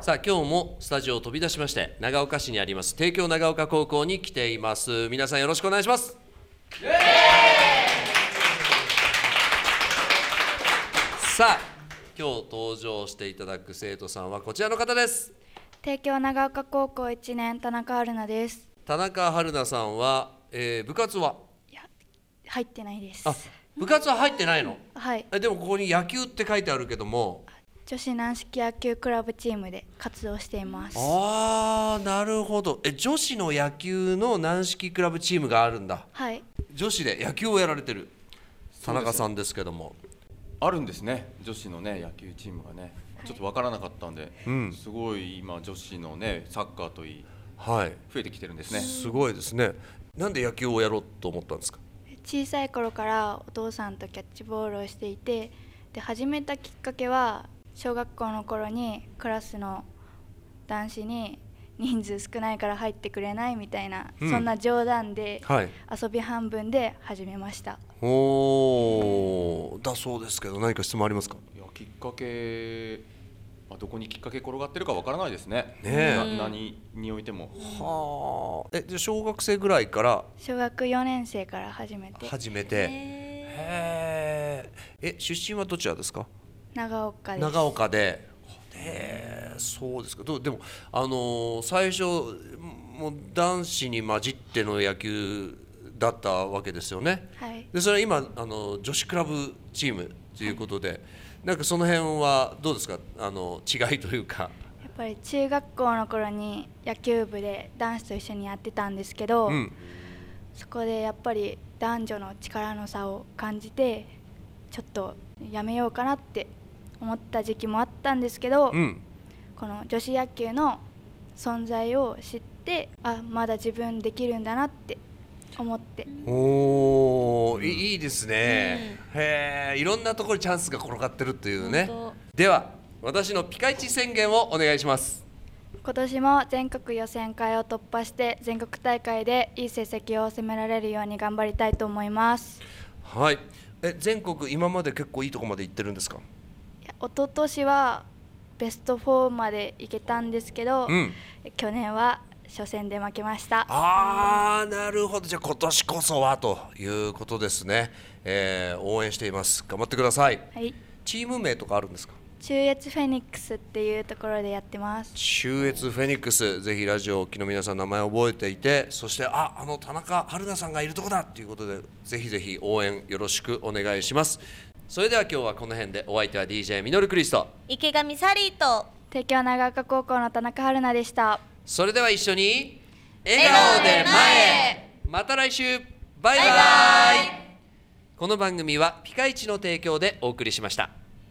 さあ今日もスタジオを飛び出しまして長岡市にあります帝京長岡高校に来ています皆さんよろしくお願いしますさあ今日登場していただく生徒さんはこちらの方です帝京長岡高校1年田中春菜です田中春菜さんは、えー部活はいや入ってないですあ部活は入ってないのはいえでもここに野球って書いてあるけども女子軟式野球クラブチームで活動していますああなるほどえ女子の野球の軟式クラブチームがあるんだはい女子で野球をやられてる田中さんですけどもあるんですね女子のね野球チームがね、いちょっと分からなかったんで、んすごい今女子のねサッカーといいはい増えてきてるんですねすごいですねなんで野球をやろうと思ったんですか小さい頃からお父さんとキャッチボールをしていてで始めたきっかけは小学校の頃にクラスの男子に人数少ないから入ってくれないみたいな、うんそんな冗談ではい遊び半分で始めましたおーだそうですけど何か質問ありますかいやきっかけ、まあ、どこにきっかけ転がってるか分からないですねねえな何においてもはあえじゃあ小学生ぐらいから小学4年生から始めて始めてへええ出身はどちらですか長岡です長岡でねえそうですかどうでもあのー最初もう男子に混じっての野球だったわけですよねはいでそれは今あの女子クラブチームということで、なんかその辺はどうですかあの違いというか、やっぱり中学校の頃に野球部で男子と一緒にやってたんですけど、うん、そこでやっぱり男女の力の差を感じてちょっとやめようかなって思った時期もあったんですけど、うん、この女子野球の存在を知ってあまだ自分できるんだなって思っておーいいいですね、へえいろんなところにチャンスが転がってるというね本では私のピカイチ宣言をお願いします今年も全国予選会を突破して全国大会でいい成績を攻められるように頑張りたいと思います。はいえ全国今まで結構いいとこまで行ってるんですかいや一昨年はベスト4まで行けたんですけど、うん去年は初戦で負けましたあーなるほどじゃあ今年こそはということですね、えー応援しています頑張ってくださいはいチーム名とかあるんですか中越フェニックスっていうところでやってます中越フェニックスぜひラジオをお聞きの皆さん名前を覚えていてそしてああの田中春菜さんがいるとこだということでぜひぜひ応援よろしくお願いしますそれでは今日はこの辺でお相手は DJ ミノルクリスト池上サリーと帝京長岡高校の田中春菜でしたそれでは一緒に笑顔で前へまた来週バイバイこの番組はピカイチの提供でお送りしました